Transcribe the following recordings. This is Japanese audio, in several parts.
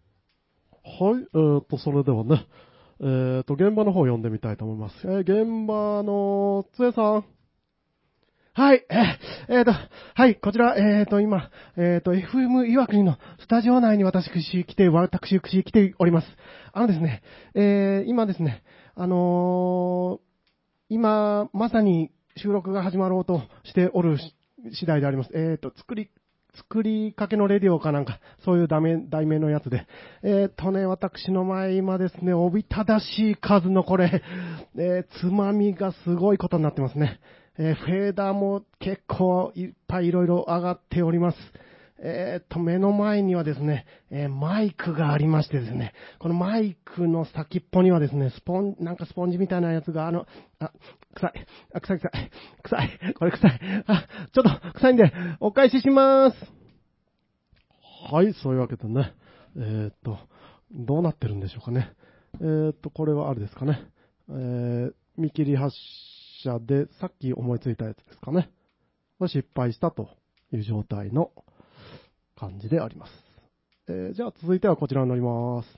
はい、えーっと、それではね、えーっと、現場の方を読んでみたいと思います。えー現場の、つえさん。はい、えー、えーっと、はい、こちら、えーっと、今、えーっと、FM 岩国のスタジオ内に私、来て、私、来ております。あのですね、えー、今ですね、あのー、今、まさに収録が始まろうとしておるし次第であります。えっ、と、作り、作りかけのレディオかなんか、そういうダメ、題名のやつで。えっ、とね、私の前今ですね、おびただしい数のこれ、えーつまみがすごいことになってますね。えーフェーダーも結構いっぱいいろいろ上がっております。えっと、目の前にはですね、えーマイクがありましてですね、このマイクの先っぽにはですね、スポン、なんかスポンジみたいなやつが、あの、あ、臭い、あ、臭い臭い、臭い、これ臭い、あ、ちょっと臭いんで、お返しします。はい、そういうわけでね、えーっと、どうなってるんでしょうかね。えーっと、これはあれですかね、えー、見切り発車で、さっき思いついたやつですかね。失敗したという状態の感じであります。えーじゃあ続いてはこちらになります。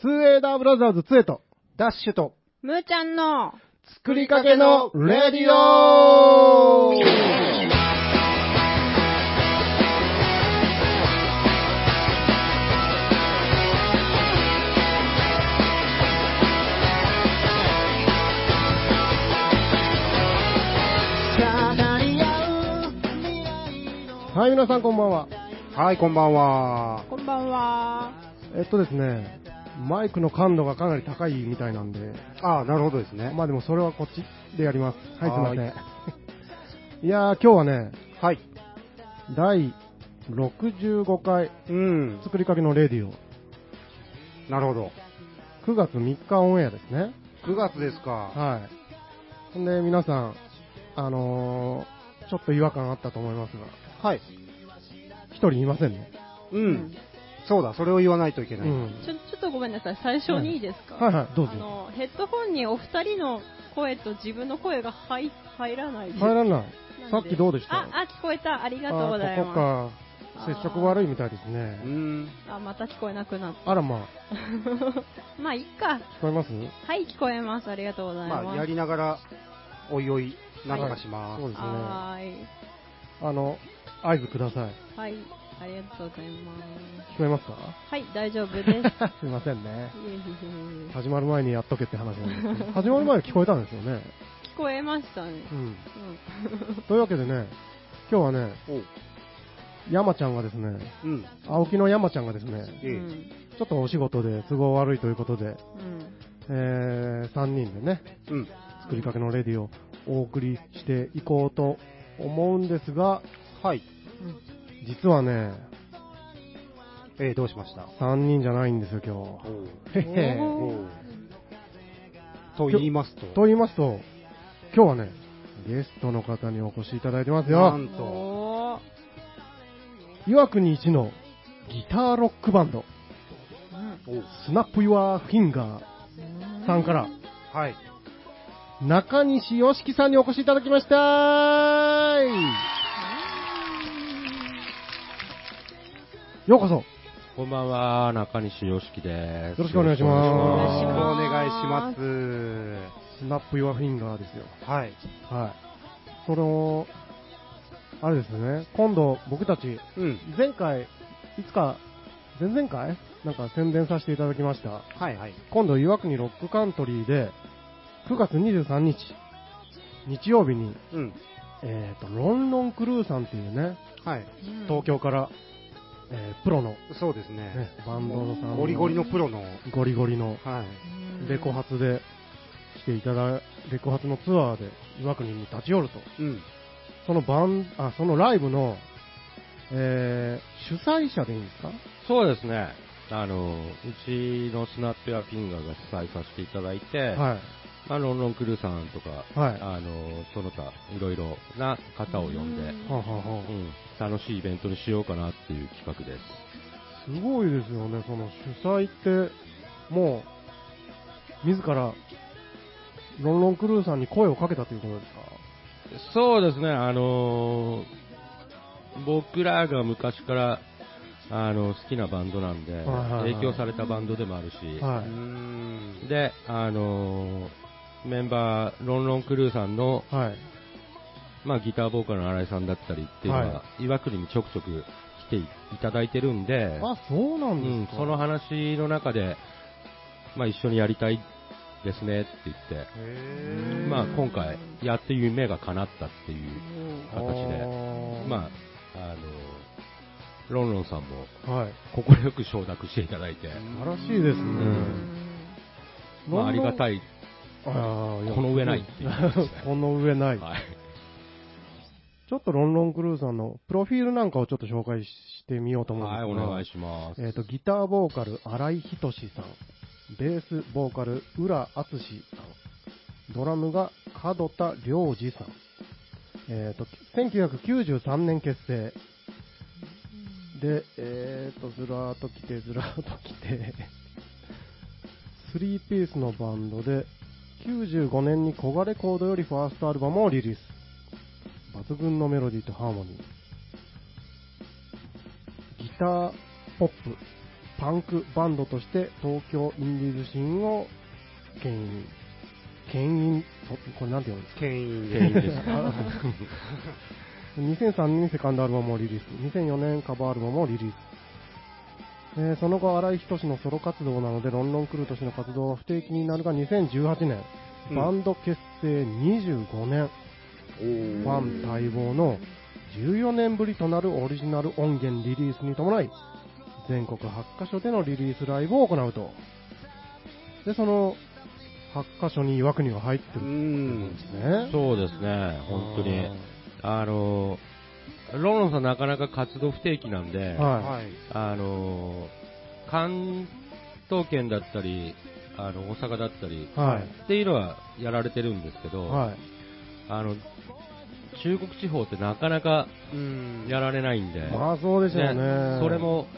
ツーエーダーブラザーズツエと、ダッシュと、むーちゃんの、作りかけのレディオはい、皆さんこんばんは。はい、こんばんは。こんばんは。えっとですね、マイクの感度がかなり高いみたいなんで、ああ、なるほどですね。まあでもそれはこっちでやります。はい、すいません。はい やー、今日はね、はい。第65回うん。作りかけのレディオ、なるほど。 9月3日オンエアですね。 9月ですか。はい。ほんで、皆さん、あのー、ちょっと違和感あったと思いますが、はい。一人いませんね。う。うんそうだ、それを言わないといけうない。ん。ちょ、ちょっとごめんなさい。最初にいいですか、はいはい、どうぞあ。の、ヘッドホンにお二人の声と自分の声が入、入らないです。入らない。さっきどうでしたあ、あ、聞こえた。ありがとうございます。あここか。接触悪いみたいですうね。ん。あまた聞こえなくなった。 あらまあ、まあ、いっか。聞こえますはい、聞こえます。ありがとうございます。まあ、やりながら、おいおい、なんとかします。そうですね。あはーい。の、合図ください。はい、ありがとうございます。聞こえますかはい、大丈夫 です。いえいすいませんね。えいえいえ始まる前にやっとけって話なんですけど、始まる前に聞こえたんですよね。聞こえましたね。うん。うん。というわけでね、今日はね、おう。山ちゃんがですね、うん。青木の山ちゃんがですね、ええうんちょっとお仕事で都合悪いということで、うんえー、3人でね、うん。作りかけのレディをお送りしていこうと思うんですが、はい。実はね、ええどうしました3人じゃないんですよ、おう。今日。へへおーおう。と言いますと。と言いますと、今日はね、ゲストの方にお越しいただいてますなよ。んと。おー岩国一のギターロックバンド、おう。スナップ・ユア・フィンガーさんから、はい。中西良樹さんにお越しいただきましたようこそこんばんは、中西良樹です。よろしくお願いしますよおろ願しくおい願いします。スナップ・ユア・フィンガーですよ。はい。はい。その、あれですね、今度僕たち、うん。前回、いつか、前々回なんか宣伝させていただきました。はいはい。今度、岩国ロックカントリーで、9月23日、日曜日に、うん。えっ、と、ロンロンクルーさんっていうね、はい。東京から、えープロの、そうですねね、バンドのさんゴリゴリのプロの、はい、ゴリゴリの、レコ発でしていただ、レコ発のツアーで岩国に立ち寄ると。うん、そのバン、あ、そのライブの、えー、主催者でいいんですかそうですね。あの、うちのスナップやフィンガーが主催させていただいて、はまあ、ロンロンクルーさんとか、い。はい。はあの、その他、いろいろな方を呼んで、あはあはあうん楽しいイベントにしようかなっていう企画です。すごいですよね、その主催って、もう、自ら、ロンロンクルーさんに声をかけたということですかそうですね、あのー僕らが昔からあの、好きなバンドなんで、いはいはい影響されたバンドでもあるし、はうーい。ん。で、あのーメンバー、ロンロンクルーさんの、はい。まあ、ギターボーカルの新井さんだったりっていうのは、は岩国にちょくちょく来ていただいてるんで、あ、そうなうんでんすか。、その話の中で、まあ、一緒にやりたいですねって言って、へーまあ、今回、やって夢が叶ったっていう形で、でまあ、あのーロンロンさんも、あ、はい。快く承諾していただいて、素晴らしいですね。んまあ、ありがたい、ああ、やこの上ないっていう感じですね この上ない。はい、ちょっとロンロンクルーさんのプロフィールなんかをちょっと紹介してみようと思うんではい、すおが、願いします。えっ、と、ギターボーカル、荒井仁志さん。ベースボーカル、浦敦史さん。ドラムが、門田良二さん。えっ、と、1993年結成。で、えっ、と、ずらーっと来て、ずらーっと来て、3ピースのバンドで、95年にコガレコードよりファーストアルバムをリリース。抜群のメロディーとハーモニー。ギター、ポップ、パンクバンドとして東京インディーズシーンを牽引。牽引、そこれなんて読むんですか牽引店員で。です 2003年にセカンドアルバムをリリース、2004年カバーアルバムをリリース。えーその後、荒井仁のソロ活動なので、ロンロンクルーとしての活動は不定期になるが、2018年、うんバンド結成25年、おーファン待望の14年ぶりとなるオリジナル音源リリースに伴い、全国8カ所でのリリースライブを行うと。で、その8カ所に岩国が入ってうるんんです。ね。そうですね、本当に。あの、ロンロンさんなかなか活動不定期なんで、ははい。あの、関東圏だったり、あの、大阪だったりい。、はい。っていうのはやられてるんですけど、はい。あの、中国地方ってなかなかうん。やられないんで、まあそうでしょうね。ねそれ、も、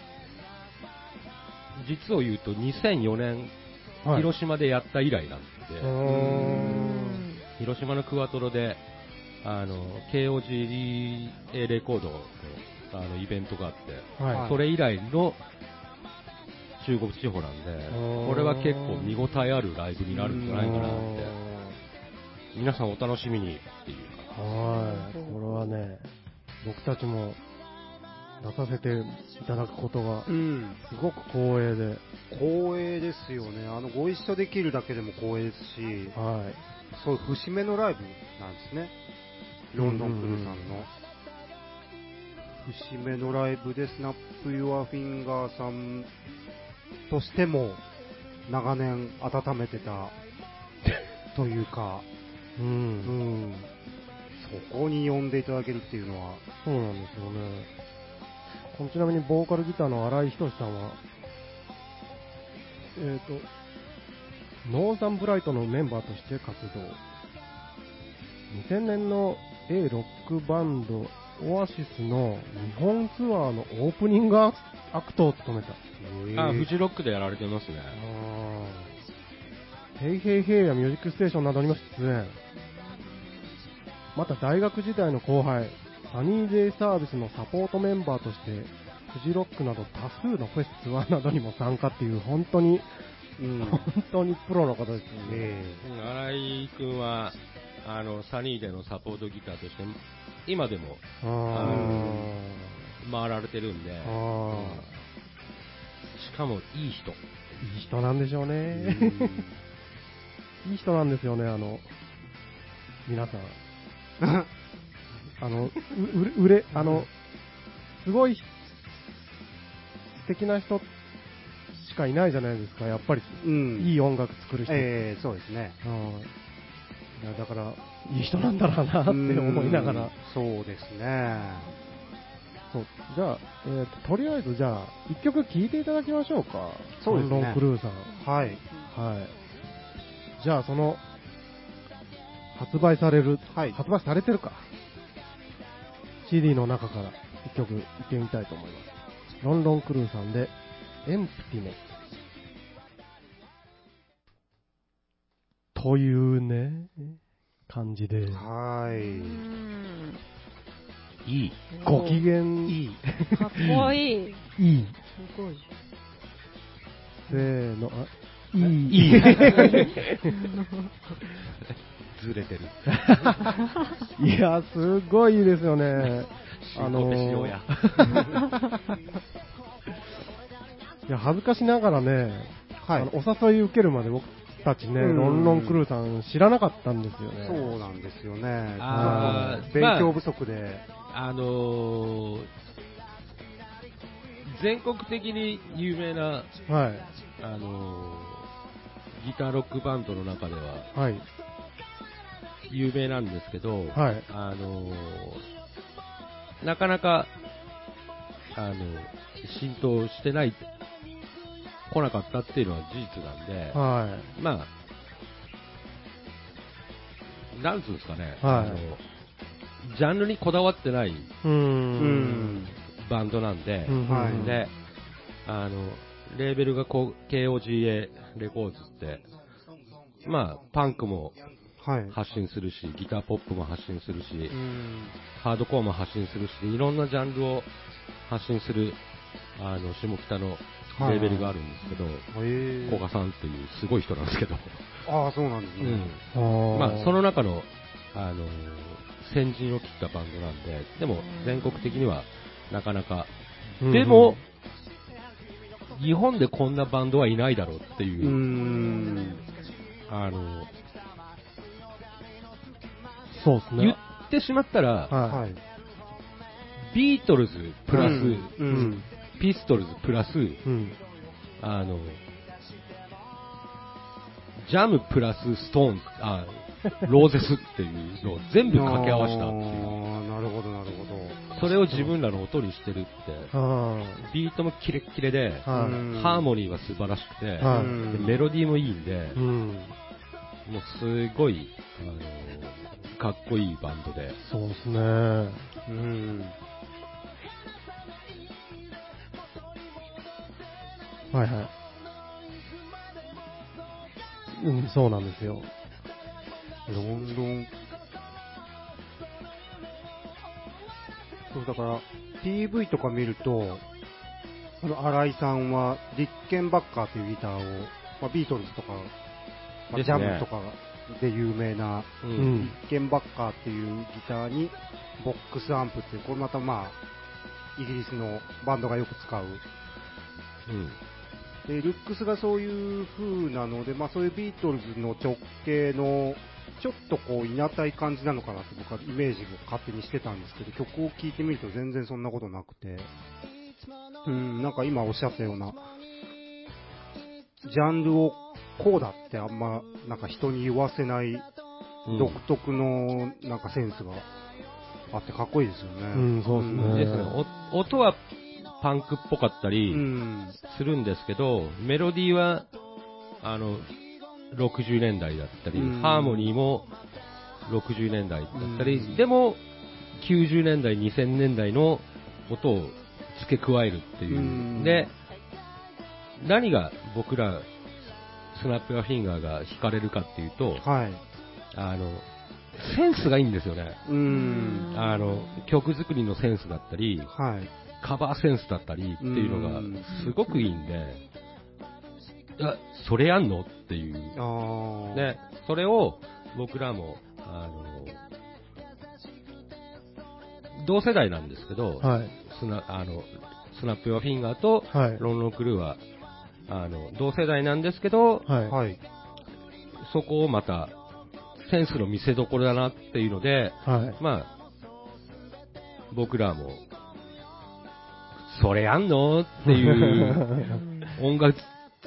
実を言うと2004年、はい、広島でやった以来なんで、うーん広島のクワトロで、あの、KOG レコードのあのイベントがあって、はい。それ以来の中国地方なんでー、これは結構見応えあるライブになるんじゃないかなって、皆さんお楽しみにっていうか、はい。これはね、僕たちも出させていただくことがうん。すごく光栄で、光栄ですよね。あの、ご一緒できるだけでも光栄ですし、はい。そういう節目のライブなんですね。ロンドンクルーさんの。節目のライブでスナップユアフィンガーさんとしても、長年温めてた、というか、う。うんん。そこに呼んでいただけるっていうのは、そうなんですよね。このちなみにボーカルギターの荒井仁さんは、えっ、と、ノーザンブライトのメンバーとして活動。2000年の A ロックバンド、オアシスの日本ツアーのオープニングアクトを務めた。あ、フジロックでやられてますね。ヘイヘイヘイやミュージックステーションなどにも出演。また大学時代の後輩、サニーデイサービスのサポートメンバーとして、フジロックなど多数のフェスツアーなどにも参加っていう、本当に、うん。本当にプロの方ですね。ねえうん新井君は、あの、サニーでのサポートギターとして、今でもあー回られてるんで、あしかもいい人。ーいい人なんでしょうね。 いい人なんですよね、あの、皆さん。あの、うううれ、あの、すごい、素敵な人しかいないじゃないですか、やっぱり。 うん。いい音楽作る人。ええそうですね。うんいやだから、いい人なんだろうなって思いながうんら。そうですね。そう。じゃあ、えーと、とりあえず、じゃあ、一曲聴いていただきましょうか。そうですねロンロンクルーさん。はい。はい。じゃあ、その、発売される、はい発売されてるか。CD の中から一曲いってみたいと思います。ロンロンクルーさんで、エンプティネというね、感じで。はうい。んいい。ご機嫌いい。かっこいい。いい。すごい。せーの、あ、いい。いい。ずれてる。。いや、すごいいいですよね 深呼吸しようや いや、恥ずかしながらね、はあいの。お誘い受けるまで僕たちね、うんロンロンクルーさん知らなかったんですよね。そうなんですよね。あーそう勉強不足で。あのー、全国的に有名な、はい。あのー、ギターロックバンドの中でははい。有名なんですけど、はいあのー、なかなか、あの、浸透してない、来なかったっていうのは事実なんで、はまあ、なんつうんですかね、はいあの、ジャンルにこだわってないい。うー。うんん。バンドなんで、うんはいで、あの、レーベルがこう KOGA レコーズって、まあ、パンクもはい。発信するし、ギターポップも発信するしう、ん。ハードコアも発信するし、いろんなジャンルを発信する、あの、下北のレーベルがあるんですけど、へ古賀さんっていうすごい人なんですけど、ああ、そうなんですね。あーまあ、その中の、あのー先陣を切ったバンドなんで、でも全国的にはなかなか、うんでも、日本でこんなバンドはいないだろうっていうう、ん。あのーそうです言ね。ってしまったは。ら、はいい。ビートルズプラス、ううんん。ピストルズプラス、うん。あのージャムプラスストーンズ、あローゼスっていうのを全部掛け合わせたっていう。ああ、なるほど、なるほど。それを自分らの音にしてるって、あビートもキレッキレで、あ。はうんい。ハーモニーは素晴らしくて、はでいメロディーもいいんで、うん。もうすごい、あのかっこいいバンドで、そうですね。うん。はいはい。うん、そうなんですよ。ロンロン。そう、だから、PV とか見ると、あの、新井さんは、リッケンバッカーというギターを、まあ、ビートルズとか、まあですジねャムとかで有名な、ううんんリ。ッケンバッカーっていうギターに、ボックスアンプっていう、これまたまあ、イギリスのバンドがよく使う。うんで、ルックスがそういう風なので、まあそういうビートルズの直系の、ちょっとこう、いなたい感じなのかなって僕はイメージを勝手にしてたんですけど、曲を聴いてみると全然そんなことなくて、うん、なんか今おっしゃったような、ジャンルをこうだってあんま、なんか人に言わせないうん独特のなんかセンスがあってかっこいいですよね。うんそうっすねですねお音はパンクっぽかったうりん。するんですけど、メロディーは、あの、60年代だったり、うんハーモニーも60年代だったり、うんでも90年代、2000年代の音を付け加えるっていう。うんで、何が僕ら、スナップやフィンガーが惹かれるかっていうと、はい。あの、センスがいいんですよね。うん。あの、曲作りのセンスだったり、はい。カバーセンスだったりっていうのがうんすごくいいんで、あ、それやんのっていう。ああ。ね、それを僕らも、あの、同世代なんですけど、はい。スナあのスナップヨアフィンガーとはい。ロンロンクルーは、あの、同世代なんですけど、はい。はい。そこをまた、センスの見せどころだなっていうので、はい。まあ、僕らも、それやんのっ ていう、音楽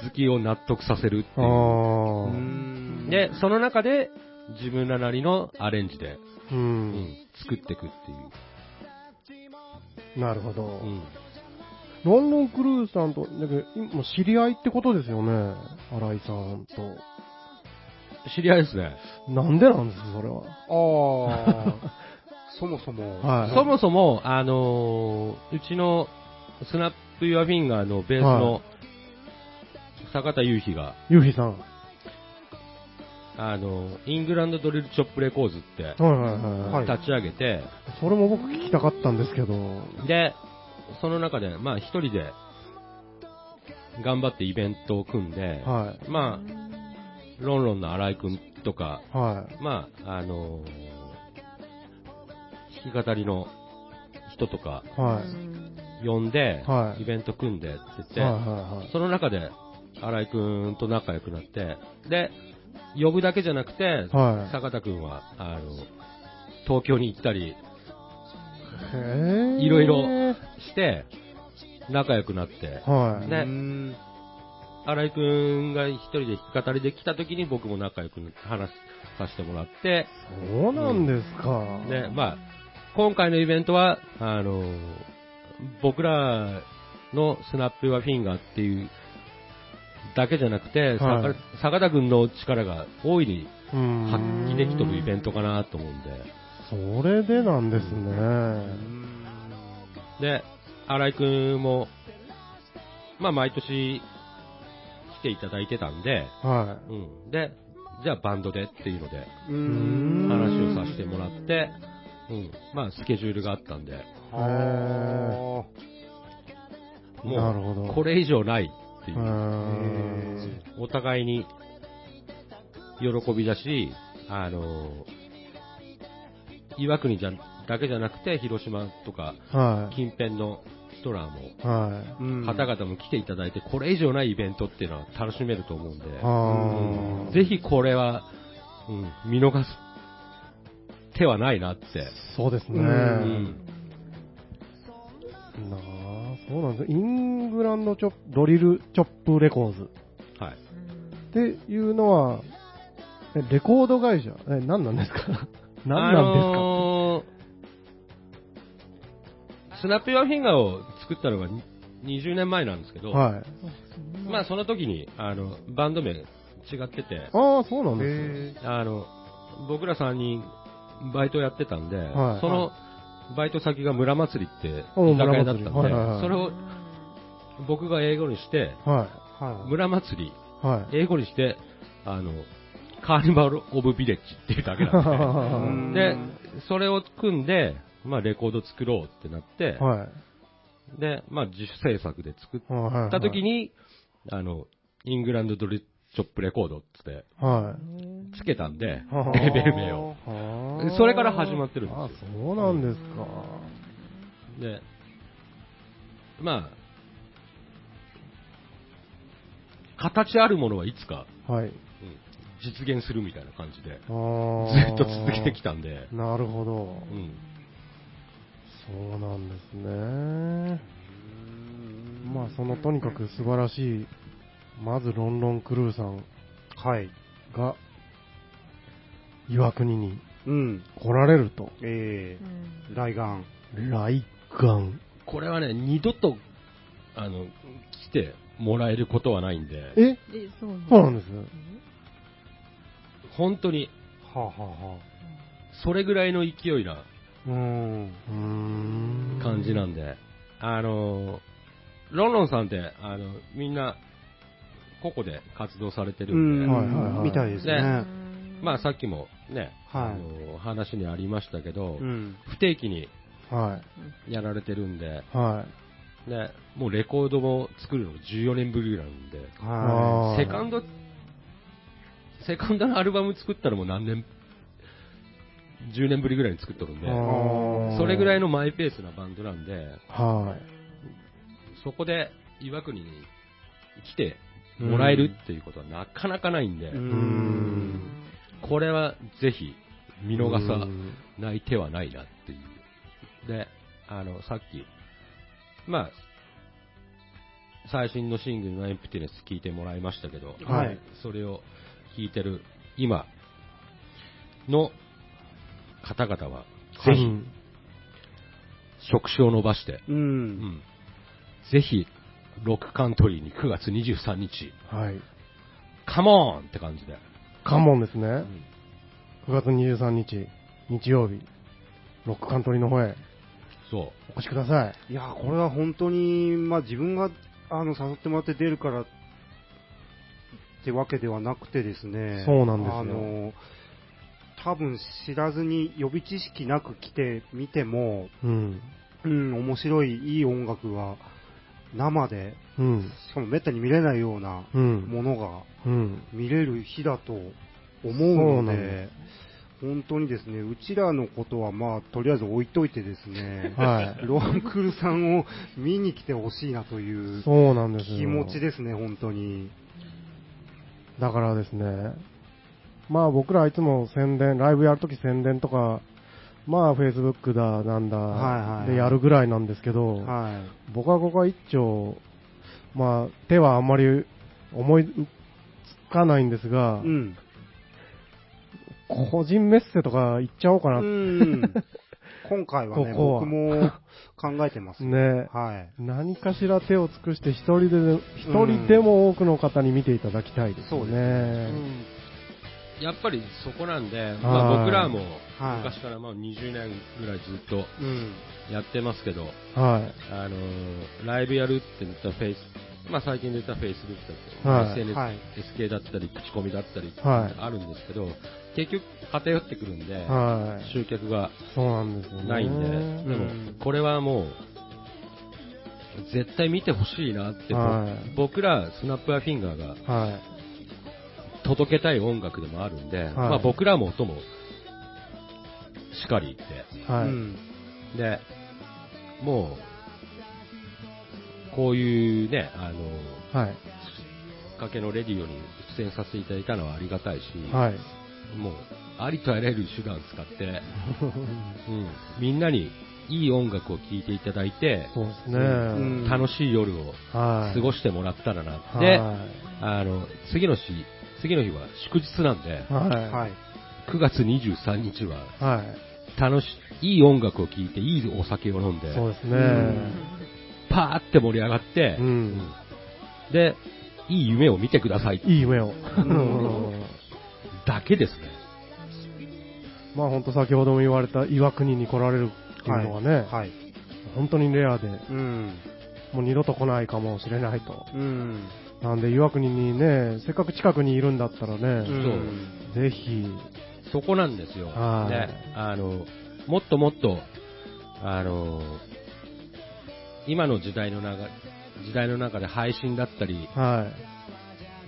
好きを納得させるってあいう。あ。うんで、その中で、自分らなりのアレンジで、う。うんん、作っていくっていう。なるほど。うん、ロンロンクルーさんと、なんか、今、知り合いってことですよね。新井さんと。知り合いですね。なんでなんですそれは。 ああ、そもそも。はいそもそも、あのーうちの、スナップ・ユア・フィンガーのベースの、坂田裕飛が、ゆうひさん。あの、イングランドドリルチョップレコーズって、はいはいはいはい。い立ち上げて、それも僕聞きたかったんですけど、で、その中で、まあ一人で、頑張ってイベントを組んで、はまあ、ロンロンの荒井くんとか、い。はまあ、あのー弾き語りの人とかい。はい。呼んで、はいイベント組んでって言って、はいはいはい。その中で、荒井くんと仲良くなって、で、呼ぶだけじゃなくて、はい。坂田くんは、あの、東京に行ったりへーいろいろして、仲良くなって、はい。ねうーん荒井くんが一人で弾き語りで来た時に僕も仲良く話させてもらって、そうなんですか。ね、まあ、今回のイベントは、あの、僕らのスナップはフィンガーっていうだけじゃなくて、はい坂坂田くんの力が大いにうん発揮できとるイベントかなと思うんで、それでなんですね。うーんで、新井くんも、まあ毎年来ていただいてたんで、はうん。で、じゃあバンドでっていうのでうーうんん話をさせてもらって、うん。まあスケジュールがあったんで、はへーもうなるほどこれ以上ないってい。いうう、あんへお互いに喜びだし、あの岩国じゃだけじゃなくて広島とかは近辺の人らもい。はーうん方々も来ていただいて、これ以上ないイベントっていうのは楽しめると思うんで、い。はうんい。ぜひこれは、うん、見逃す手はないなって。そうですね。ううんん。なあそうなんです。イングランドチョップ、ドリルチョップレコーズはい。っていうのは、えレコード会社、え、何なんですか 何なんですか、あのースナップ・ヨア・フィンガーを作ったのがに20年前なんですけど、はい。まあその時に、あの、バンド名違ってて、ああ、そうなんですへあの、僕ら3人バイトやってたんで、はいそのバイト先が村祭りっておう居酒屋だったんで、村祭りはいはいはいそれを僕が英語にして、ね。はは村祭り、い。はい。英語にして、あの、カーニバル・オブ・ビレッジってい うだけなんうんで、で、それを組んで、まあレコード作ろうってなって、はい。で、まあ自主制作で作っはいはい。た時に、あの、イングランドドリチョップレコードっつってはつけたんで、はレベル名を。い。はあそれから始まってるんですよあ、そうなんですか。で、まあ、形あるものはいつか、はい。うん実現するみたいな感じで、あずーっと続けてきたんで、なるほど。うん。そうなんですね。まあ、そのとにかく素晴らしい、まずロンロンクルーさんはい。が、岩国にうん。来られると。えー、雷眼。来館。これはね、二度と、あの、来てもらえることはないんで、えで、そうなんそうなんです。本当に、はあ、はあはあ、それぐらいの勢いなうーん。うーん。感じなんで、あの、ロンロンさんって、あの、みんな、個々で活動されてるうんで、ん、はいはいはいみたいですね。ねまあさっきもね、はいあの話にありましたけど、うん。不定期にはやられてるんで、い。はい。ね、もうレコードも作るのも14年ぶりなんで、あはーセカンド、セカンドのアルバム作ったのも何年、10年ぶりぐらいに作っとるんで、それぐらいの。のマイペースなバンドなんで、はい。そこで岩国に来てもらえるっていうことはなかなかないんで、い。ううーん。ん。これはぜひ見逃うさんない手はないなっていう。で、あの、さっき、まあ、最新のシングルのエンプティネス聞いてもらいましたけど、はいそれを聞いてる今の方々は、ぜうひん触手を伸ばして、う。うんんぜひ、ロックカントリーに9月23日、はい。カモーンって感じで、カモンですね。うん9月23日、日曜日、ロックカントリーの方へそお越しください。いやー、これは本当に、まあ自分が、あの、誘ってもらって出るから、ってわけではなくてですね、そうなんですよあの多分知らずに予備知識なく来てみても、うん。うん、面白い、いい音楽が生で、うん。しかもめったに見れないようなうん。ものがうん。見れる日だと思そううのなんでで、本当にですね、うちらのことはまあ、とりあえず置いといてですね、はい。 ロアンクルさんを見に来てほしいなというそうなんですよ。気持ちですね、本当に。だからですね、まあ僕らいつも宣伝、ライブやるとき宣伝とか、まあ Facebook だなんだ、はいはいでやるぐらいなんですけど、は僕はここは一丁、まあ手はあんまり思いつかないんですが、い。うん。個人メッセとか言っちゃおうかな、うん。今回はね、 ここは僕も考えてます。 ね。はい。何かしら手を尽くして一人で、一人でも多くの方に見ていただきたいですそうよでね。すねやっぱりそこなんで、まあ、はい僕らもはい昔からまあ20年ぐらいずっとうん。やってますけど、はい。あのーライブやるって言ったらフェイス、まあ、最近出たフェイスブックだったはいり、SNS、はい SK だったり、口コミだったり、はいあるんですけど、結局偏ってくるんで、はい。集客がそうなんですよね。ないんんで、でうんも、これはもう、絶対見てほしいなって、はい僕ら、スナップアフィンガーがはい。届けたい音楽でもあるんで、いまあ僕らも音も、しかりって、はい。うんで、もう、こういうね、あの、はい。きっかけのレディオに出演させていただいたのはありがたいし、はい。もう、ありとあらゆる手段 使って、うん、みんなにいい音楽を聴いていただいて、そうですね。んう楽しい夜をはい。過ごししてもらったらなって、はい。あの、次の日、次の日は祝日なんで、は。はいい。 9月23日ははい。楽し、いい音楽を聴いて、いいお酒を飲んで、そうですね。パーって盛り上がって、うんうんで、いい夢を見てください。いい夢を。んだけですね。 まあ本当先ほども言われた岩国に来られるっていうのはね、はい。本当にレアで、うん。もう二度と来ないかもしれないと。うん。なんで岩国にね、せっかく近くにいるんだったらうね、ん。ぜひ、そこなんですよ。はいね、あの、もっともっと、あの、今の時代の中、時代の中で配信だったり、は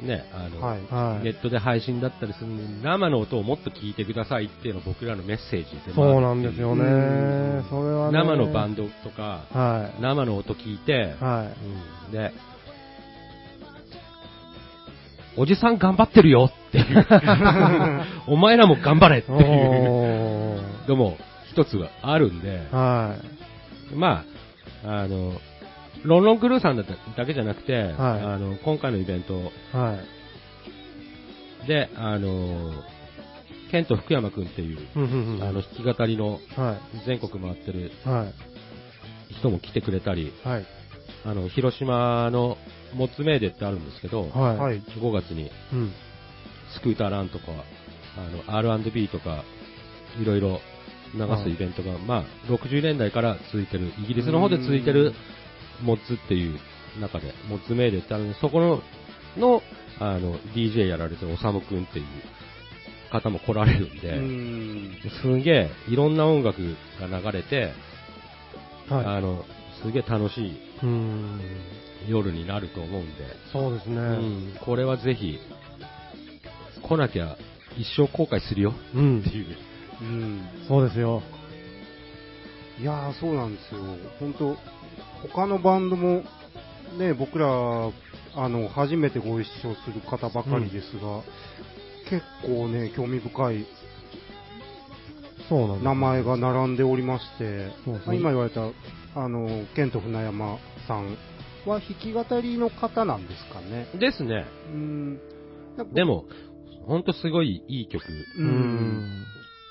ね、あの、はいい。はネい。ットで配信だったりするのに生の音をもっと聞いてくださいっていうのを僕らのメッセージでもあるそうなんですよねうん。それはね。生のバンドとか、は生の音聞いてい。、 はい。うんで、おじさん頑張ってるよっ ていう。お前らも頑張れっていうおーのも一つはあるんで、はまあ、あの、ロンロンクルーさんだっただけじゃなくて、はいあの、今回のイベントい。はい。で、あの、ケント福山くんっていう、うんうんうんあの、弾き語りのは全国回ってるい。はい。人も来てくれたり、はい。あの、広島のモツメーデってあるんですけど、はい。はい。 5月にうん。スクーターランとか、あの、R&B とか、いろいろ流すイベントが、まあ、60年代から続いてる、イギリスの方で続いてるモッツっていう中で、モッツメーデってあるんで、そこの、の、あの、DJ やられてるおさむくんっていう方も来られるんで、うん。すんげえ、いろんな音楽が流れて、はあの、すげえ楽しいい。うん。夜になると思うんで、そうですね。うんこれはぜひ、来なきゃ一生後悔するうよってん。いう。うん。そうですよ。いやー、そうなんですよ。本当他のバンドも、ね、僕ら、あの、初めてご一緒する方ばかりですが、結構ね、興味深いそうなんです。名前が並んでおりまして、そうまあ今言われた、あの、ケント船山さんは弾き語りの方なんですかね。ですね。うん。でも、ほんとすごいいい曲ううん。ん。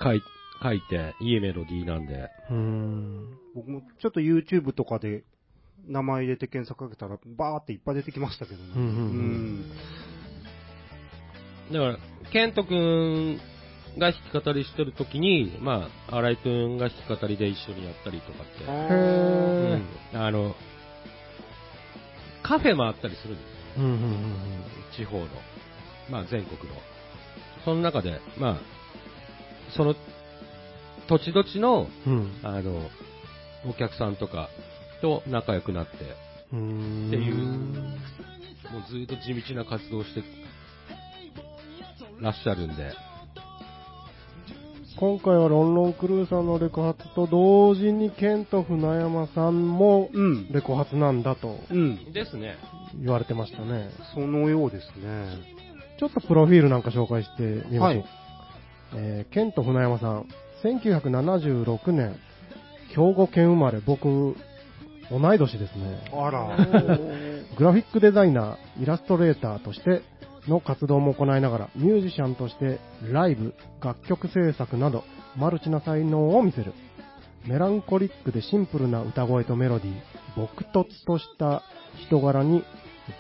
書い書いて、いいメロディーなんで。うん。僕もちょっと YouTube とかで名前入れて検索かけたら、バーっていっぱい出てきましたけどね。うんうんうんだから、ケントくんが弾き語りしてる時に、まあ、荒井くんが弾き語りで一緒にやったりとかって。あへーー。うんあの、カフェ回ったりするんですうんうんうんうん。地方の。まあ、全国の。その中で、まあ、その土地土地の、うん。あの、お客さんとかと仲良くなって、うーんっていうもうずっと地道な活動をしてらっしゃるんで、今回はロンロンクルーさんのレコ発と同時にケント船山さんもうん。レコ発なんだとうん。ですね。言われてましたね。そのようですね。ちょっとプロフィールなんか紹介してみましょう。はいえーケント船山さん、1976年、兵庫県生まれ、僕、同い年ですね。あグら。ラフィックデザイナー、イラストレーターとしての活動も行いながら、ミュージシャンとしてライブ、楽曲制作など、マルチな才能を見せる。メランコリックでシンプルな歌声とメロディー、朴突とした人柄に、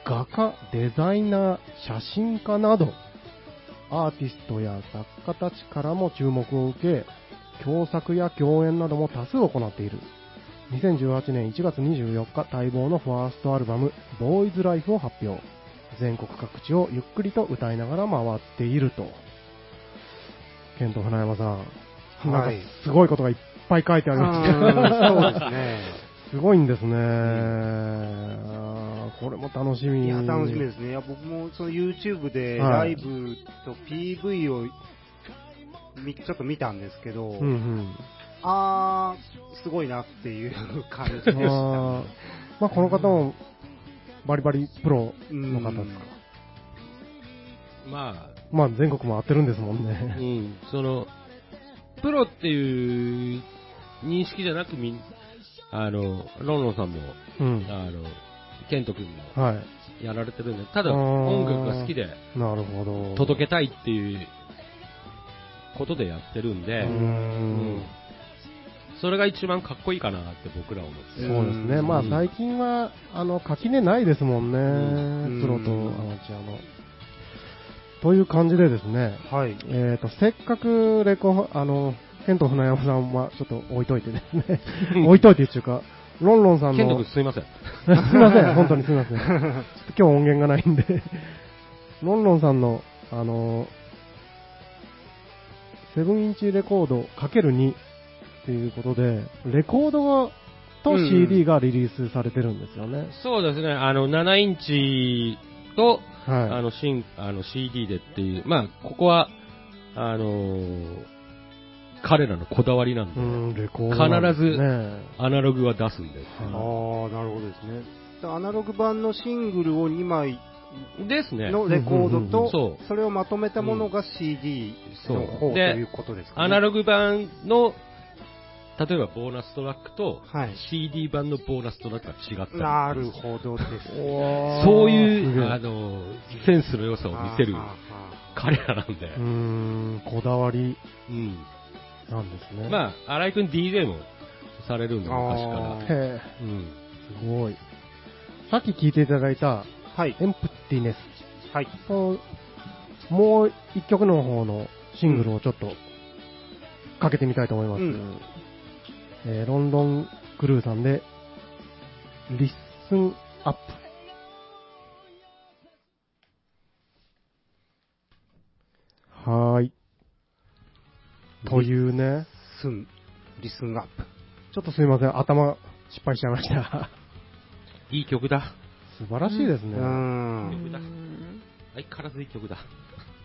画家、デザイナー、写真家など、アーティストや作家たちからも注目を受け、共作や共演なども多数行っている。2018年1月24日待望のファーストアルバム「ボーイズライフを発表全国各地をゆっくりと歌いながら回っているとケント船山さん、なはんいかすごいことがいっぱい書いてありますねうんそうですね。すごいんですね、あーこれも楽しみいや、楽しみですね。いや、僕もその YouTube ではラいイブと PV をみちょっと見たんですけど、うんうんあー、すごいなっていう感じでした。あーまあ、この方もバリバリプロの方ですか、まあ、まあ、全国回ってるんですもんねうん、その、プロっていう認識じゃなくみん、あの、ロンロンさんも、うんあの、ケント君もはいやられてるんで、ただあー音楽が好きでなるほど。届けけたいっていうことでやってるんで、うーん。それが一番かっこいいかなって僕らは思ってそるうですね。うんまあ最近は、あの、垣根ないですもんんね。プロとうんアマチュアの。という感じでですね、はい。えっ、と、せっかくレコ、あの、ケント船山さんはちょっと置いといてです ね、置いといてっていうか、ロンロンさんの、ケント君すいません。すいま せん、本当にすいません。ちょっと今日音源がないんで、ロンロンさんの、あのセブンインチレコード ×2 っていうことで、レコードと CD がリリースされてるんですよね。そうですね、あの、7インチと、あはい。の、新、あの、CD でっていう、まあ、ここは、あのー彼らのこだわりなんで、うん、レコードなんですね、必ずアナログは出すんで。あー、なるほどですね。アナログ版のシングルを2枚ですね。のレコードうんうんうんとそ、うそれをまとめたものが CD のそう方ということですかね。アナログ版の、例えばボーナストラックと、はい CD 版のボーナストラックが違ったりなるほどです。 そういすげう、えあの、センスの良さを見せるあ彼らなんでう、ん、こだわりうん。なんですね。まあ、新井くん DJ もされるんで、あー昔から。へえ、うん。すごい。さっき聞いていただいた、ーはーはい。エンプティネス。はい。そうもう一曲の方のシングルをちょっとかけてみたいと思います。うんえーロンロンクルーさんで、リッスンアップ。はーい。というね、スン、リスンアップ。ちょっとすいません、頭失敗しちゃいました。いい曲だ。 素晴らしいですうね。ーん。曲だ相変わらずいい曲だ。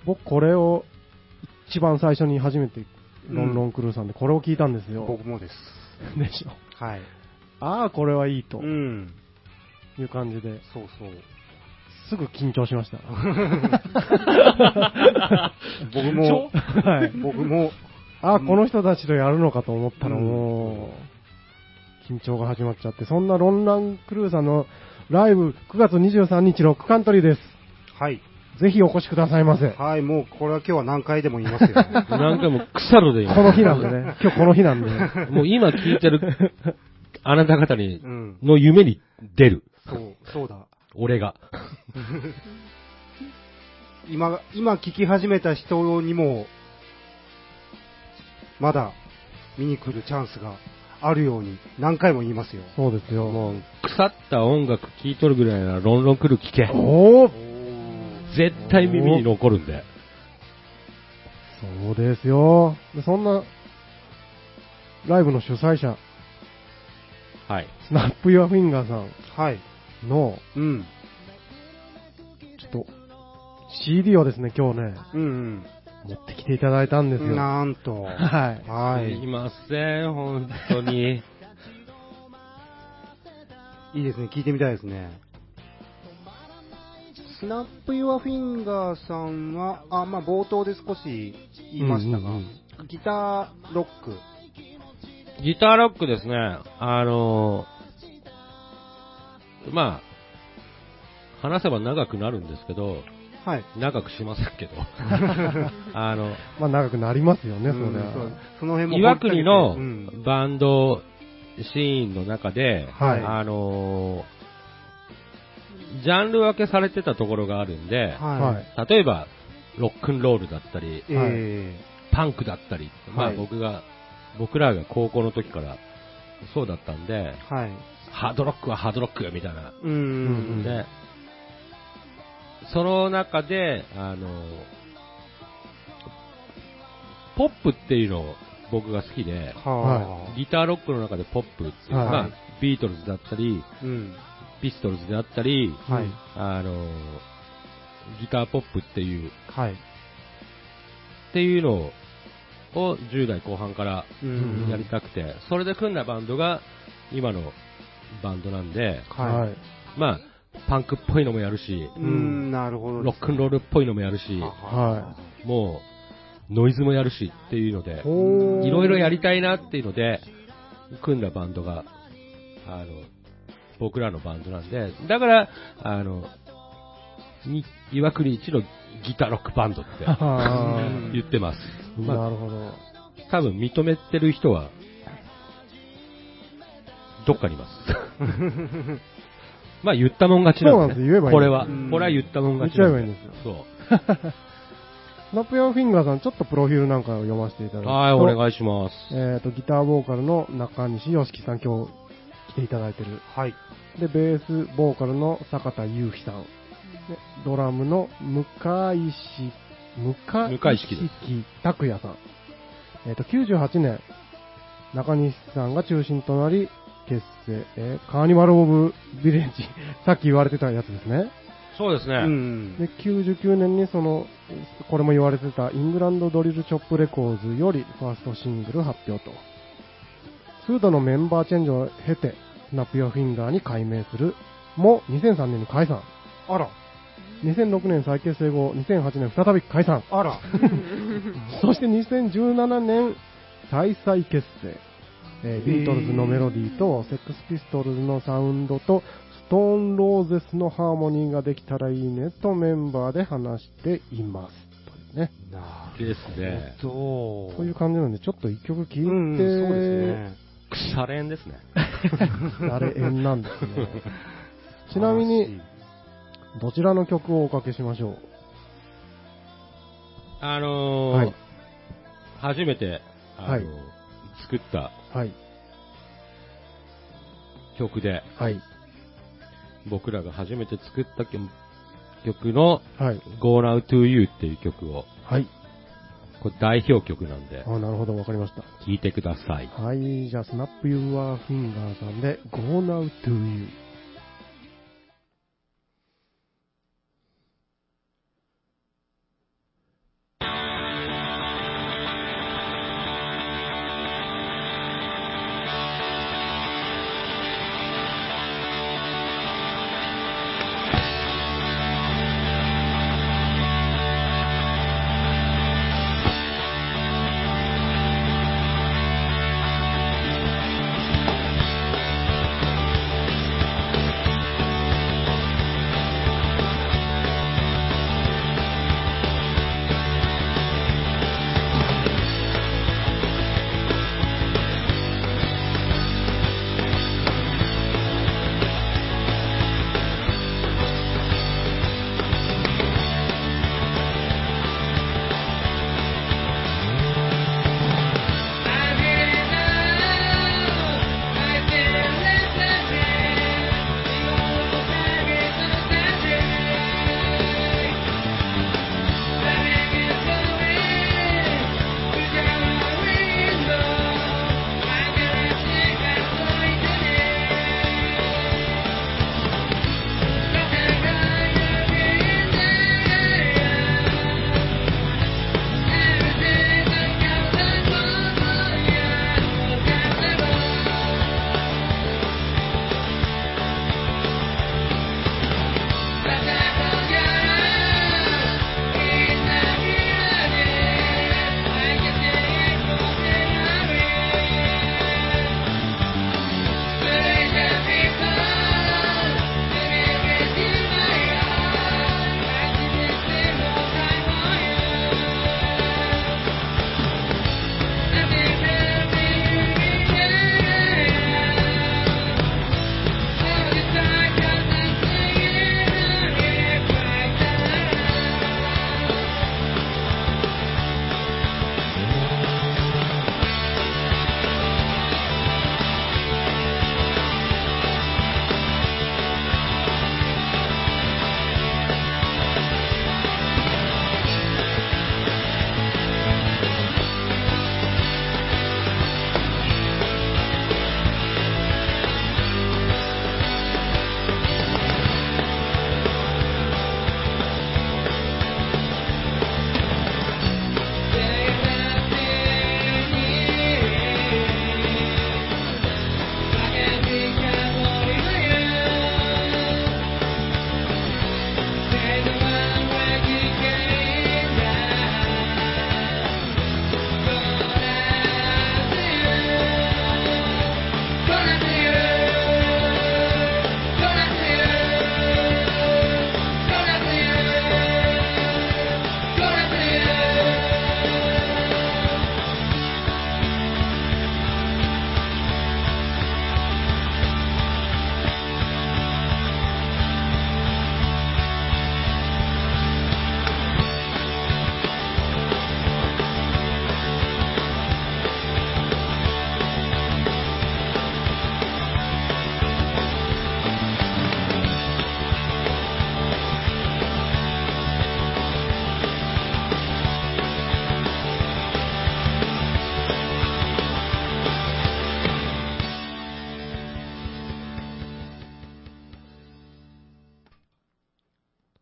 僕これを一番最初に初めて、うんロンロンクルーさんでこれを聞いたんですよ。僕もです。でしょ。はい。ああ、これはいいとうん。いう感じで、そう そう。すぐ緊張しました。 僕も、はい。僕も、ああ、この人たちとやるのかと思ったらもう、緊張が始まっちゃって、そんなロンランクルーさんのライブ9月23日ロックカントリーです。はい。ぜひお越しくださいませ。はい、もうこれは今日は何回でも言います よ。何回も腐るでこの日なんでね。今日この日 なんで。 もう今聞いてる、あなた方にう、ん。の夢に出る。そう、そうだ。俺が。今、今聞き始めた人にも、まだ見に来るチャンスがあるように何回も言いますよ。そうですよ。もう、腐った音楽聴いとるぐらいなら、ロンロン来る聞け。おおおー絶対耳に残るんで。そうですよ。でそんな、ライブの主催者、はい。スナップ・ユア・フィンガーさはい。んの、うん。ちょっと、CD をですね、今日ね、うん、持ってきていただいたんですうよ。ん。はなん い。と。はすいい。ません、本当に。いいですね。聞いてみたいですね。スナップ・ユア・フィンガーさんは、あ、まあ冒頭で少し言いましたが、うんうんギターロック。ギターロックですね。あのーまあ、話せば長くなるんですけど、はい。長くしませんけど。あの、まあ長くなりますよね、それうんは。そうその辺も。岩国のうんバンドシーンの中で、はいあのージャンル分けされてたところがあるんで、ははいい。例えば、ロックンロールだったり、ええパンクだったり、まあはい僕が、僕らが高校の時からそうだったんで、はい。ハードロックはハードロックみたいな。うんううんん。で、その中で、あの、ポップっていうのを僕が好きで、はギターロックの中でポップっていう、はいまあ、ビートルズだったり、い。うん。ピストルズであったり、はい。あの、ギターポップっていう、はい。っていうのを10代後半からうんやりたくて、それで組んだバンドが今のバンドなんで、は。はいまあ、パンクっぽいのもやるし、い。うん、なるほど。ロックンロールっぽいのもやるし、はもう、ノイズもやるしっていうので、いろいろやりたいなっていうので、組んだバンドが、あの、僕らのバンドなんで、だから、あの、に岩国一のギターロックバンドってあうん言ってます。ーまあなるほど。多分認めてる人は、どっかに います。まあ言ったもん勝ちなんで、そうなんです言えばいいこれはうん。これは言ったもん勝ちなん言っちゃえばいいんですそ。スナップ・ユア・フィンガーさん、ちょっとプロフィールなんかを読ませていただいうて。はい、お願いします。えっ、と、ギターボーカルの中西良樹さん、今日来ていただいてる。はい。で、ベースボーカルの坂田裕樹さん。でドラムの向井氏、向向井井式です式拓也さん。えっ、と、98年、中西さんが中心となり、結成、えーカーニバル・オブ・ビレッジ、さっき言われてたやつですね。そうですね。うんで、99年にその、これも言われてたイングランドドリルチョップレコーズよりファーストシングル発表と。数度のメンバーチェンジを経て、スナップヨフィンガーに改名するも2003年に解散。あら、 2006年再結成後、2008年再び解散。あら。そして2017年再々結成。えービートルズのメロディーと、セックスピストルズのサウンドと、ストーンローゼスのハーモニーができたらいいねとメンバーで話しています。というね。なですね。そう。そういう感じなんで、ちょっと一曲聴いて、うん、そうですね。腐れ縁ですね。あれ縁なんですね。ちなみに、どちらの曲をおかけしましょうあのーはい初めて、あのーはい作ったはい。曲で、はい。僕らが初めて作った曲曲のはい。 Go Now To You っていう曲を、はい。これ代表曲なんであ、ーなるほど、わかりました。聴いてください。はい、じゃあ、スナップユーアーフィンガーさんで、Go Now To You。 「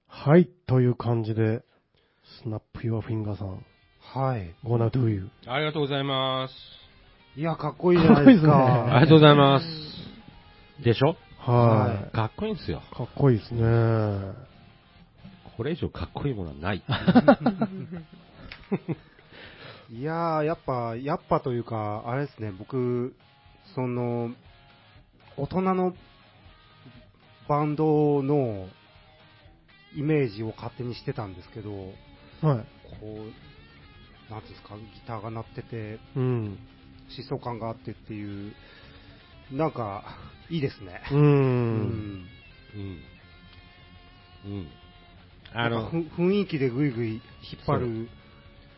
はい、という感じで、スナップ・ユア・フィンガーさん、はい。 Gonna Do You。ありがとうございます。いや、かっこいいじゃないですか。かっこいいですねありがとうございます。でしょは。はいかっこいいんですよ。かっこいいですね。これ以上かっこいいものは ない。いやー、やっぱ、やっぱというか、あれですね、僕、その、大人のバンドのイメージを勝手にしてたんですけど、こはい。う、なんていうんですか、ギターが鳴ってて、うん。疾走感があってっていう、なんか、いいですね。う。。うんうん。うん。ああの、のふ、雰囲気でぐいぐい引っ張る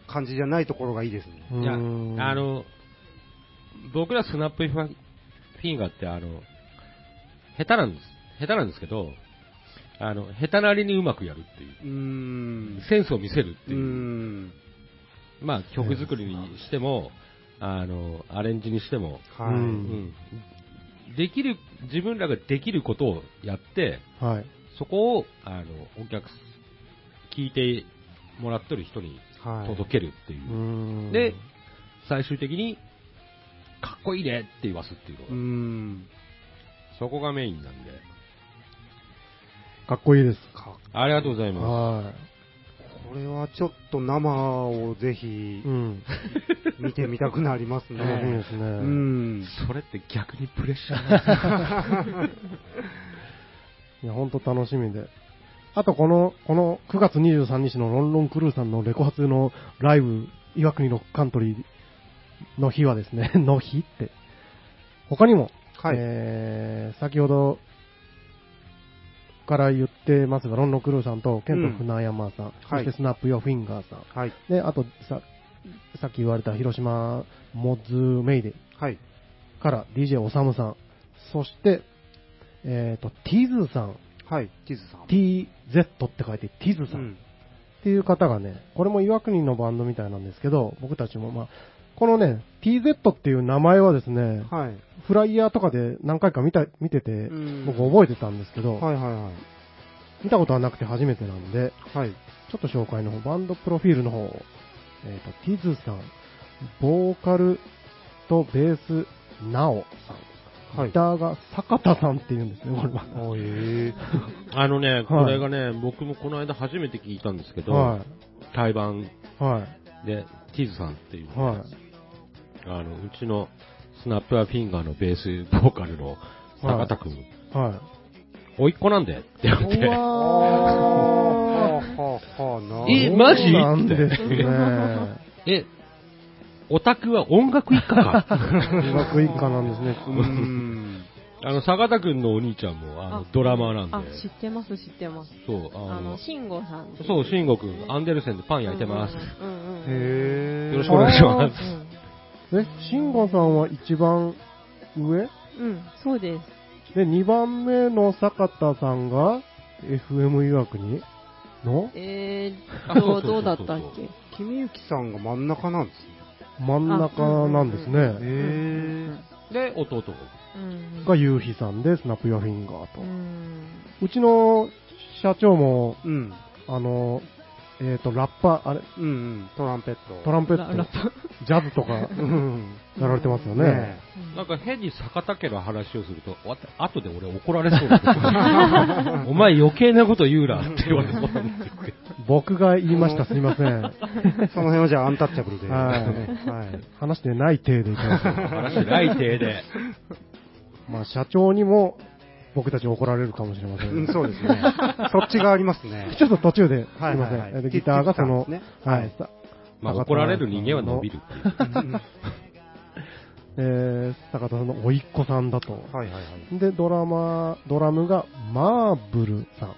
感じじゃないところがいいですね。うんいや、あ、の、僕らスナップファフィンガーって、あの、下手なんです。下手なんですけど、あの、下手なりにうまくやるっていううーん。センスを見せるっうてーいう、ん。まあ曲作りにしても、あの、アレンジにしても、はううんい。ん。できる、自分らができることをやって、はい。そこを、あの、お客す、聞いてもらってる人にはい。届けるっていうう。ん。で、最終的に、かっこいいねって言わすっていうのがうーん。そこがメインなんで。かっこいいです。かありがとうございまはこれはちょっと生をぜひい。うん。見てみたくなります 楽しみでね。すうね。ん。す。それって逆にプレッシャーなんですよいや、ほんと楽しみで。あと、この、この9月23日のロンロンクルーさんのレコ発のライブ、岩国のカントリーの日はですね、 の日って。他にも、はい。えー先ほどから言ってますが、ロンロンクルーさんと、ケント船山さん、そはしいてスナップ・ヨフィンガーさん、はい。で、あとさ、さっき言われた広島モッズ・メイデはい。から、DJ おさむさん、そして、えっ、と、ティーズさん、はい。ティズさん。 TZ って書いて、ティーズさ、うんん。っていう方がね、これも岩国のバンドみたいなんですけど、僕たちもまあ、このね、TZ っていう名前はですね、はい。フライヤーとかで何回か見た見てて、ん僕覚えてたんですけど、はいはいはい。見たことはなくて初めてなんで、はい。ちょっと紹介の方、バンドプロフィールの方を、えっ、と、ティズさん、ボーカルとベース、ナオさはん、いギターが坂田さんっていうんですね、これは。おえ あのね、これがね、僕もこの間初めて聞いたんですけど、は対バンい。はで、ティズさんっていう、い。はあの、うちのスナップアフィンガーのベースボーカルの坂田くん、い。はい。甥っ子なんでって言われうて、ー。わーはあはあなえそうマジなんですね。え、オタクは音楽一家か 音楽一家なんですね。うーん。あの、坂田くんのお兄ちゃんも、あの、ドラマーなんあで、、知ってます、知ってます。そう、ああの、の、慎吾さんです。そう、慎吾くん、アンデルセンでパン焼いてます。うんうんうん。へえ。よろしくお願いします。え、慎吾さんは一番上うんうん、そうです。で、2番目の坂田さんが FM 予約にのえーあっと、そうそどうそうそううだったっけ君ゆきさんが真ん中なんですね。真ん中なんですね。へえ。で、弟がうん。がゆうひさんで、スナップヨフィンガーとう。ん。うちの社長も、うん。あの、えっ、と、ラッパー、あれ、うんうん。トランペット。トランペラッラトッ、プ。。ジャズ とかやうん。られてますよねね。なんか変に坂田家の話をすると、わた後で俺怒られそうだお前余計なこと言うなって言われそうなんですけど。僕が言いました、すいません。えその辺はじゃあアンタッチャブルで。はいはい。話してない体でいきましょ う。話ない体で。まあ、社長にも僕たち怒られるかもしれませうんん、が。そうですね。そっちがありますねち。ょっと途中で、すいはいまはいはいせん。えっとギターがそのティッチ、さんはでいす。さまあ坂田怒られる人間は伸びるっていう。うんはえー、坂田さんの甥いっ子さんだと。いはいはい。で、ドラマ、ドラムがマーブルさん。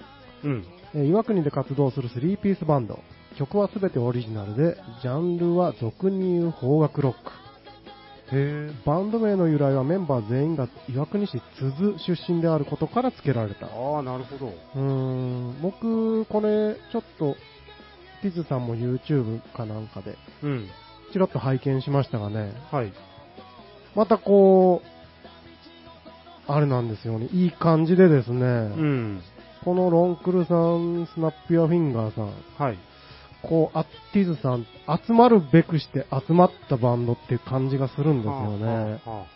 うん。えー岩国で活動する3ピースバンド。曲は全てオリジナルで、ジャンルは俗に言う邦楽ロック。へえ。バンド名の由来はメンバー全員が岩国市鈴出身であることから付けられた。ああ、なるほど。うーん、僕、これ、ちょっと、ピズさんも YouTube かなんかで、うん。ちらっと拝見しましたがね、はい。またこう、あれなんですよね、いい感じでですね、うん。このロンクルさん、スナッピアフィンガーさん、はい。こう、アッティズさん、集まるべくして集まったバンドっていう感じがするんですよね。はあはあは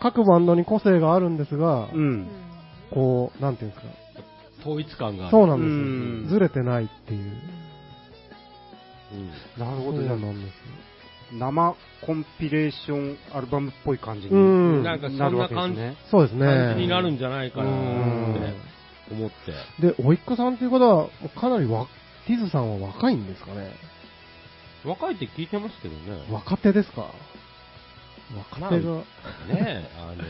各バンドに個性があるんですがあ、うん。こう、なんていうんです統一感があか、る。そうなうんでんすよ。ずれてないっていう。うんなるそほうど。じなゃあんですよ。生コンピレーションアルバムっぽい感じにうんななんるかそんなわけですね。そうですね。感じになるんじゃないかなっうんて思って。で、おいっ子さんということは、もうかなりわ、ティズさんは若いんですかね若いって聞いてますけどね。若手ですかまあ若手が。ねえ、あの、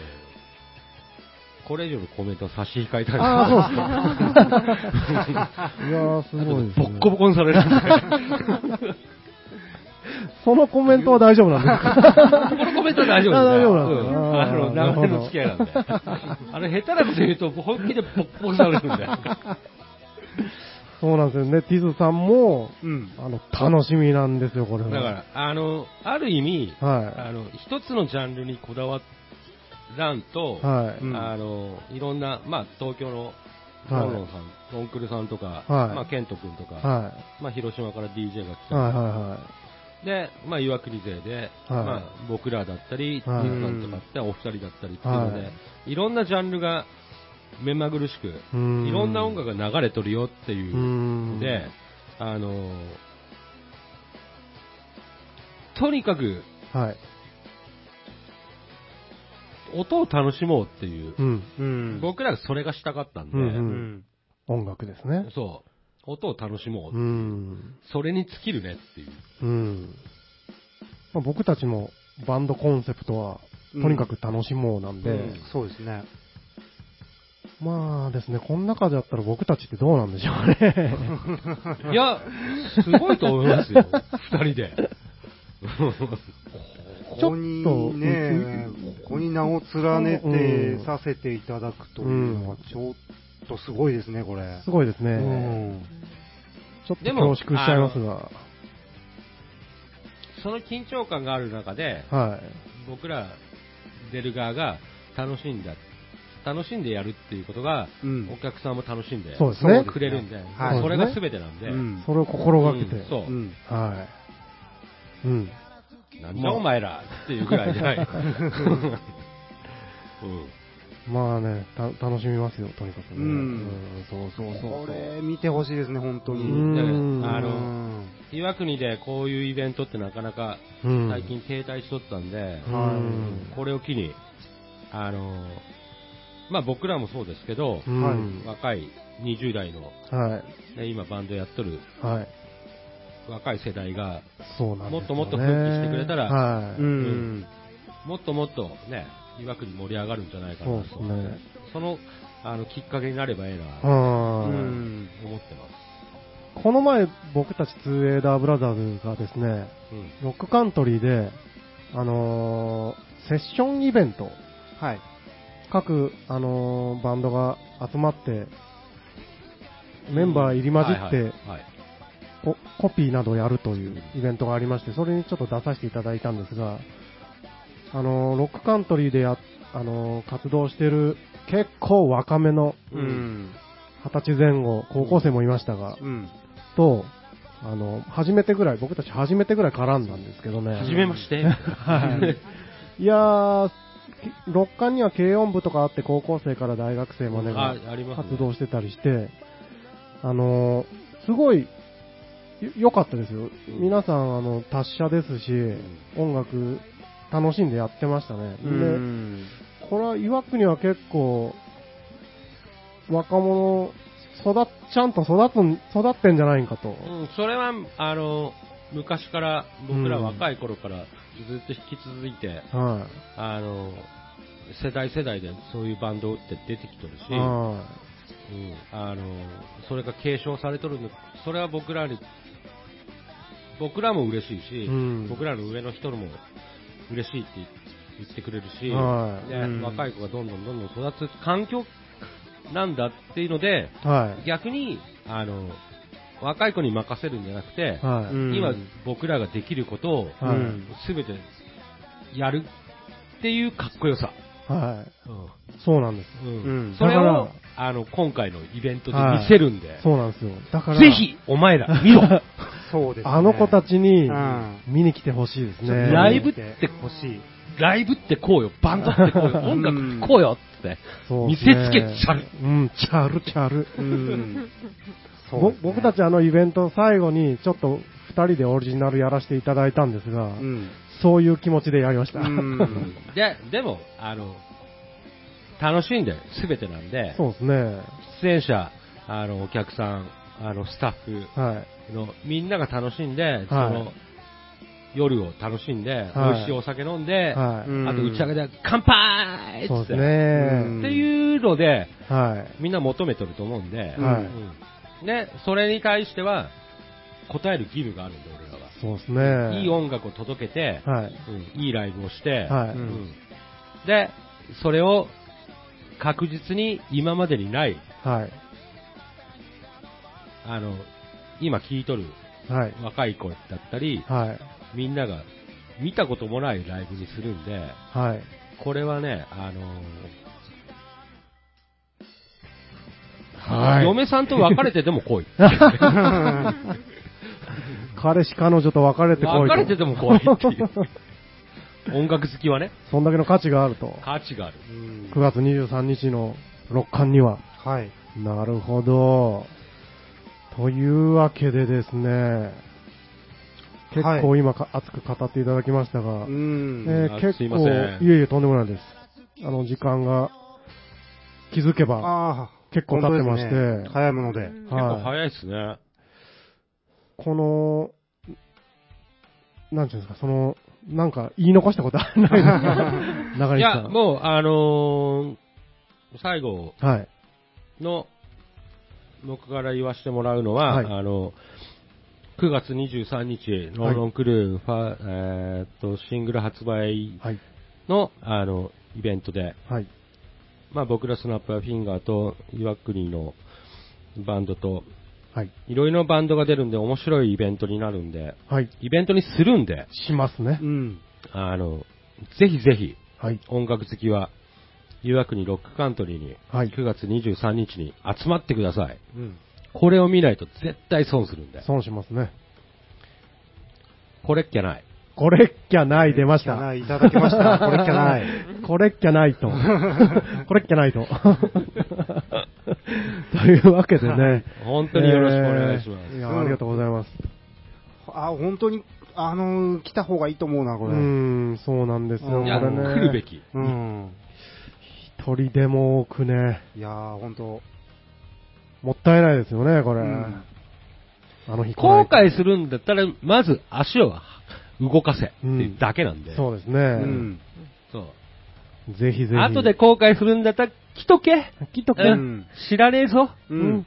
これ以上のコメントは差し控えたいああ、そう ですか。いやー、すごいです、ボね。ッコボコにされるんで。そのコメントは大丈夫なんですか このコメントは大丈夫ですね。あ大丈夫なんですねうあーあなの、る長ほど年の付き合いなんで。あの、下手なこと言うと、本気でボッコボコにされるんで。そうなんですよね。ティズさんも、うん。あの、楽しみなんですよ、これだは。から、あの、ある意味、はあの、一つのジャンルにこだわらんと、い。はい。うんあの、いろんな、まあ、東京のロンロンさん、ロンクルさんとか、はいまあ、ケント君とか、はまあ、広島から DJ が来い。たりはいはで、まあ、岩国勢で、まあ、僕らだったり、はい水さんとかって、お二人だったりっていうので、、はいろんなジャンルが目まぐるしく、いはい。いろんな音楽が流れとるよっていうう、ん。で、あのーとにかくはい。音を楽しもうっていうう、ん。うん。僕らがそれがしたかったんで、うんううんん。音楽ですね。そう、音を楽しもう、うん。それに尽きるねっていう。うん。まあ、僕たちもバンドコンセプトは、とにかく楽しもうなんで、うんそうですね。まあですね、この中であったら僕たちってどうなんでしょうね。 いや、すごいと思いますよ、二人で。ちょこっとこにね、ここに名を連ねうんてさせていただくというのはうん、ちょっとすごいですね、これ。すごいですうね。ん。ちょっとでも恐縮しちゃいますが。その緊張感がある中で、はい。僕ら出る側が楽しんだ、楽しんでやるっていうことが、うんお客さんも楽しんでそうですねくれるんで、はいそれが全てなんで、うんそれを心がけうんて。そうう、ん。はい。うん。なんじゃお前らって いうぐらいじゃない。 うんまあね、た楽しみますよ、とにかくね。うんんそうそうそうそう。これ見てほしいですね、本当うに。んだからあうのん岩国でこういうイベントってなかなかうん最近停滞しとったんで、うんこれを機に、あのまあ、僕らもそうですけど、うんは若い20代の、い。ね、今バンドやっとるはい。若い世代がそうなんですよねもっともっと奮起してくれたらはい。うん。もっともっとね、岩国盛り上がるんじゃないかそうなですと。ね。その、あの、きっかけになればええな、う。とうんん。思ってます。この前、僕たちツーエーダーブラザーズがですね、うん。ロックカントリーで、あのーセッションイベント、はい。各、あのーバンドが集まって、メンバー入り混じっはいはいて、はいココピーなどをやるというイベントがありまして、それにちょっと出させていただいたんですが、あのーロックカントリーでや、あのー活動してる結構若めのうん。二十歳前後、高校生もいましたが、うん。と、あの、初めてぐらい、僕たち初めてぐらい絡んだんですけどね。はじめまして。はい。いやー、六巻には軽音部とかあって高校生から大学生まであが、あります、ね。活動してたりして、あのーすごい、よ良かったですよ。ん皆さん、あの、達者ですし、音楽、楽しんでやってましたね。うでん。これは岩国は結構、若者、育っ、ちゃんと育つん、育ってんじゃないんかと。うん、それは、あの、昔から、僕ら若い頃からずっと引き続いて、はあの、世代世代でそういうバンドって出てきてるし、い。はうんあのそれが継承されとるのそれは僕らに僕らも嬉しいし、うん僕らの上の人も嬉しいって言ってくれるし、はいねうん若い子がどんどんどんどん育つ環境なんだっていうのでい。はい。逆にあの若い子に任せるんじゃなくて、はうい。ん今僕らができることをはいうん全てやるっていうかっこよさ、はい。うんそうなんです。うんうんそれだかをらあの今回のイベントで見せるんで、そうなんですよ。だから、ぜひお前ら見ろ、 そうですね。あの子たちにうん見に来てほしいですちょっとね。ライブ見てほしい。ライブってこうよ、バンドってこうよ、音楽ってこうよって、そう見でせすねつけちゃう。うん、チャルチャル。うん。そうぼですね僕たちあのイベント最後にちょっと二人でオリジナルやらせていただいたんですが、うん。そういう気持ちでやりました。うん。で、でも、あの、楽しんで全てなん で、そうですね。出演者、あの、お客さん、あの、スタッフはい。の、みんなが楽しんで、その、夜を楽しんで、はい美味しいお酒飲んで、はい。うんあと打ち上げで乾杯っつってそうですうんね。っていうので、はい。みんな求めてると思うんで、はいうんで、それに対しては、答える義務があるんで、俺らは。そうですね。いい音楽を届けて、はい。うんいいライブをして、はうい。うんん。で、それを確実に今までにない、はい。あの、今聴いとるはい。若い子だったり、はい。みんなが見たこともないライブにするんで、はい。これはね、あのはい嫁さんと別れてでも来い。彼氏彼女と別れてこいと。別れてでも来いっていう。音楽好きはね、 そんだけの価値があると。価値がある。うん9月23日の六冠には。はい。なるほど。というわけでですね、結構今か、熱く語っていただきましたが、うん。えあー結すいま構、せんいえいえ、とんでもないです。あの、時間が気づけば、ああ、結構経ってまして本当ですね早いもので。結構はい、早いっすね。この、なんていうんですか、その、なんか言い残したことはないで すか中い西さや、ん。もう、あのー最後はい。の、僕から言わせてもらうのは、はいあの、9月23日、ロンロンクルー、ファえーっと、シングル発売はい。の、あの、イベントで、はい。まあ僕らスナップはフィンガーと、岩国のバンドと、はい。いろいろなバンドが出るんで、面白いイベントになるんで、はい。イベントにするんで、しますねう。ん。あの、ぜひぜひ、はい。音楽好きは、岩国ロックカントリーに、はい9月23日に集まってください。うん。これを見ないと絶対損するんで。損しますね。これっきゃない。これっきゃない出ましキャた。ナイいただき ました。これキャナイ。これっきゃないと。 これっきゃないと。 というわけでね。本当によろしくお願いしますえーいや、ありがとうございます。あ、本当に、あのー、来た方がいいと思うな、うこれ。ん、そうなんですよ。うんいや、これね来るべ。き。うん。一人でも多くね、いやー、本当。もったいないですよね、これ。うんあの日来な後いと悔するんだったら、まず足を動かせっていうだけなんで。そうですね。うん。そう。ぜひぜひ。後で後悔するんだったら、来とけ来とけうん知らねえぞううんん。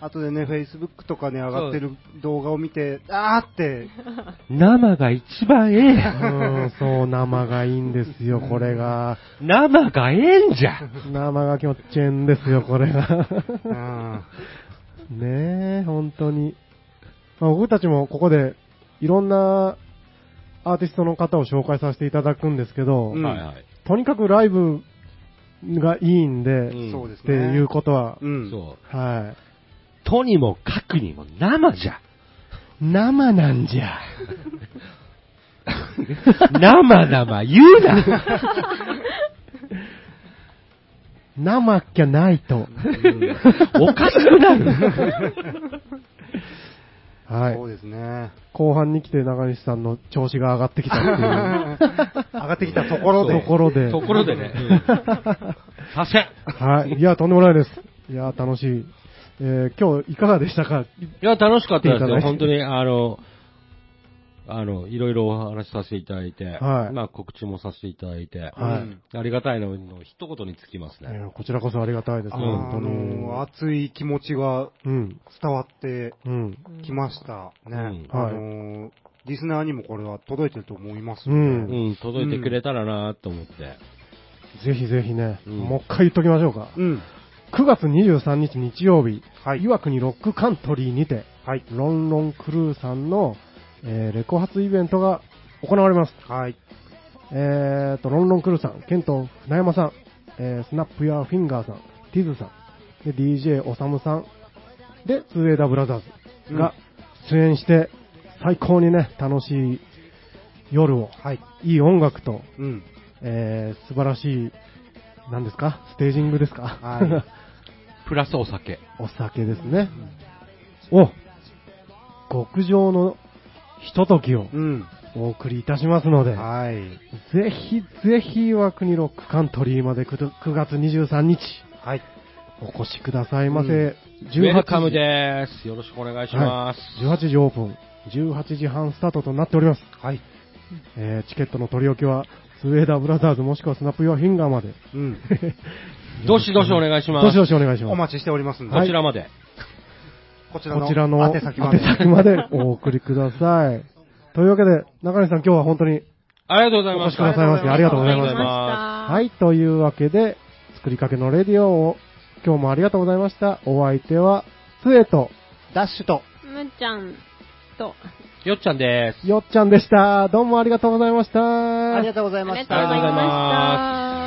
あとでね、Facebook とかね、上がってる動画を見て、あーって、生が一番うえん、そう、生がいいんです よ、これが。え生がええんじゃん生が気持ちええんですよ、これが。 うん。ねえ、本当に。まあ、僕たちもここでいろんなアーティストの方を紹介させていただくんですけど、うんはいはい。とにかくライブがいいんで、んそうですね。っていうことは、うん。そう。はとにもかくにも生じゃ。い。生なんじゃ。 生生言うな 生っきゃない と。おかしくなるはそうい。ですね。後半に来て中西さんの調子が上がってきたっていう上がってきたところで。ところで。ところでね。うんさせんはい。いや、とんでもないです。いや、楽しい。えー今日いかがでしたかいや、楽しかったですいいかなよ。本当に、あの、あの、いろいろお話しさせていただいて、はいまあ告知もさせていただいて、はいうんありがたいのの一言につきますいね。やこちらこそありがたいです。あ本当の、に。熱い気持ちがうん。伝わってうん。きましたね。うんあの、リスナーにもこれは届いてると思いますうんうん、届いてくれたらなと思って。ぜひぜひね、うんもう一回言っときましょうか。うん。 9月23日日曜日、はい岩国ロックカントリーにて、はい。ロンロンクルーさんの、えーレコ発イベントが行われます。はい。えー、と、ロンロンクルさん、ケント、船山さん、えー、スナップやフィンガーさん、ティズさん、で、DJ おさむさん、で、ツーエイダブラザーズが出演して、最高にね、楽しい夜を、はい。いい音楽と、うん。えー、素晴らしい、何ですかステージングですか はプラスお酒。お酒ですね。を、極上のひとときをうん。お送りいたしますので、はい。ぜひぜひ岩国ロックカントリーまでくる9月23日はい。お越しくださいませ。うんウェルカム時です。よろしくお願いします。はい、18時オープン、18時半スタートとなっております。はい。えーチケットの取り置きは、スウェーダーブラザーズもしくはスナップ・ヨア・フィンガーまで、うん。どしどしお願いします。どしどしお願いします。お待ちしておりますんで。こちらまで。こちらの。こちらの宛先まで。宛先までお送りください。というわけで、中西さん今日は本当にありがとうございまおし。越したくださいましてありがとうございまあしりたがとうございまはいい、というわけで、作りかけのレディオを今日もありがとうございました。お相手は、つえと、ダッシュと。むっちゃんと、す。よっちゃんです。よっちゃんでした。どうもありがとうございました。ありがとうございましありがとうございましたありがとうございました。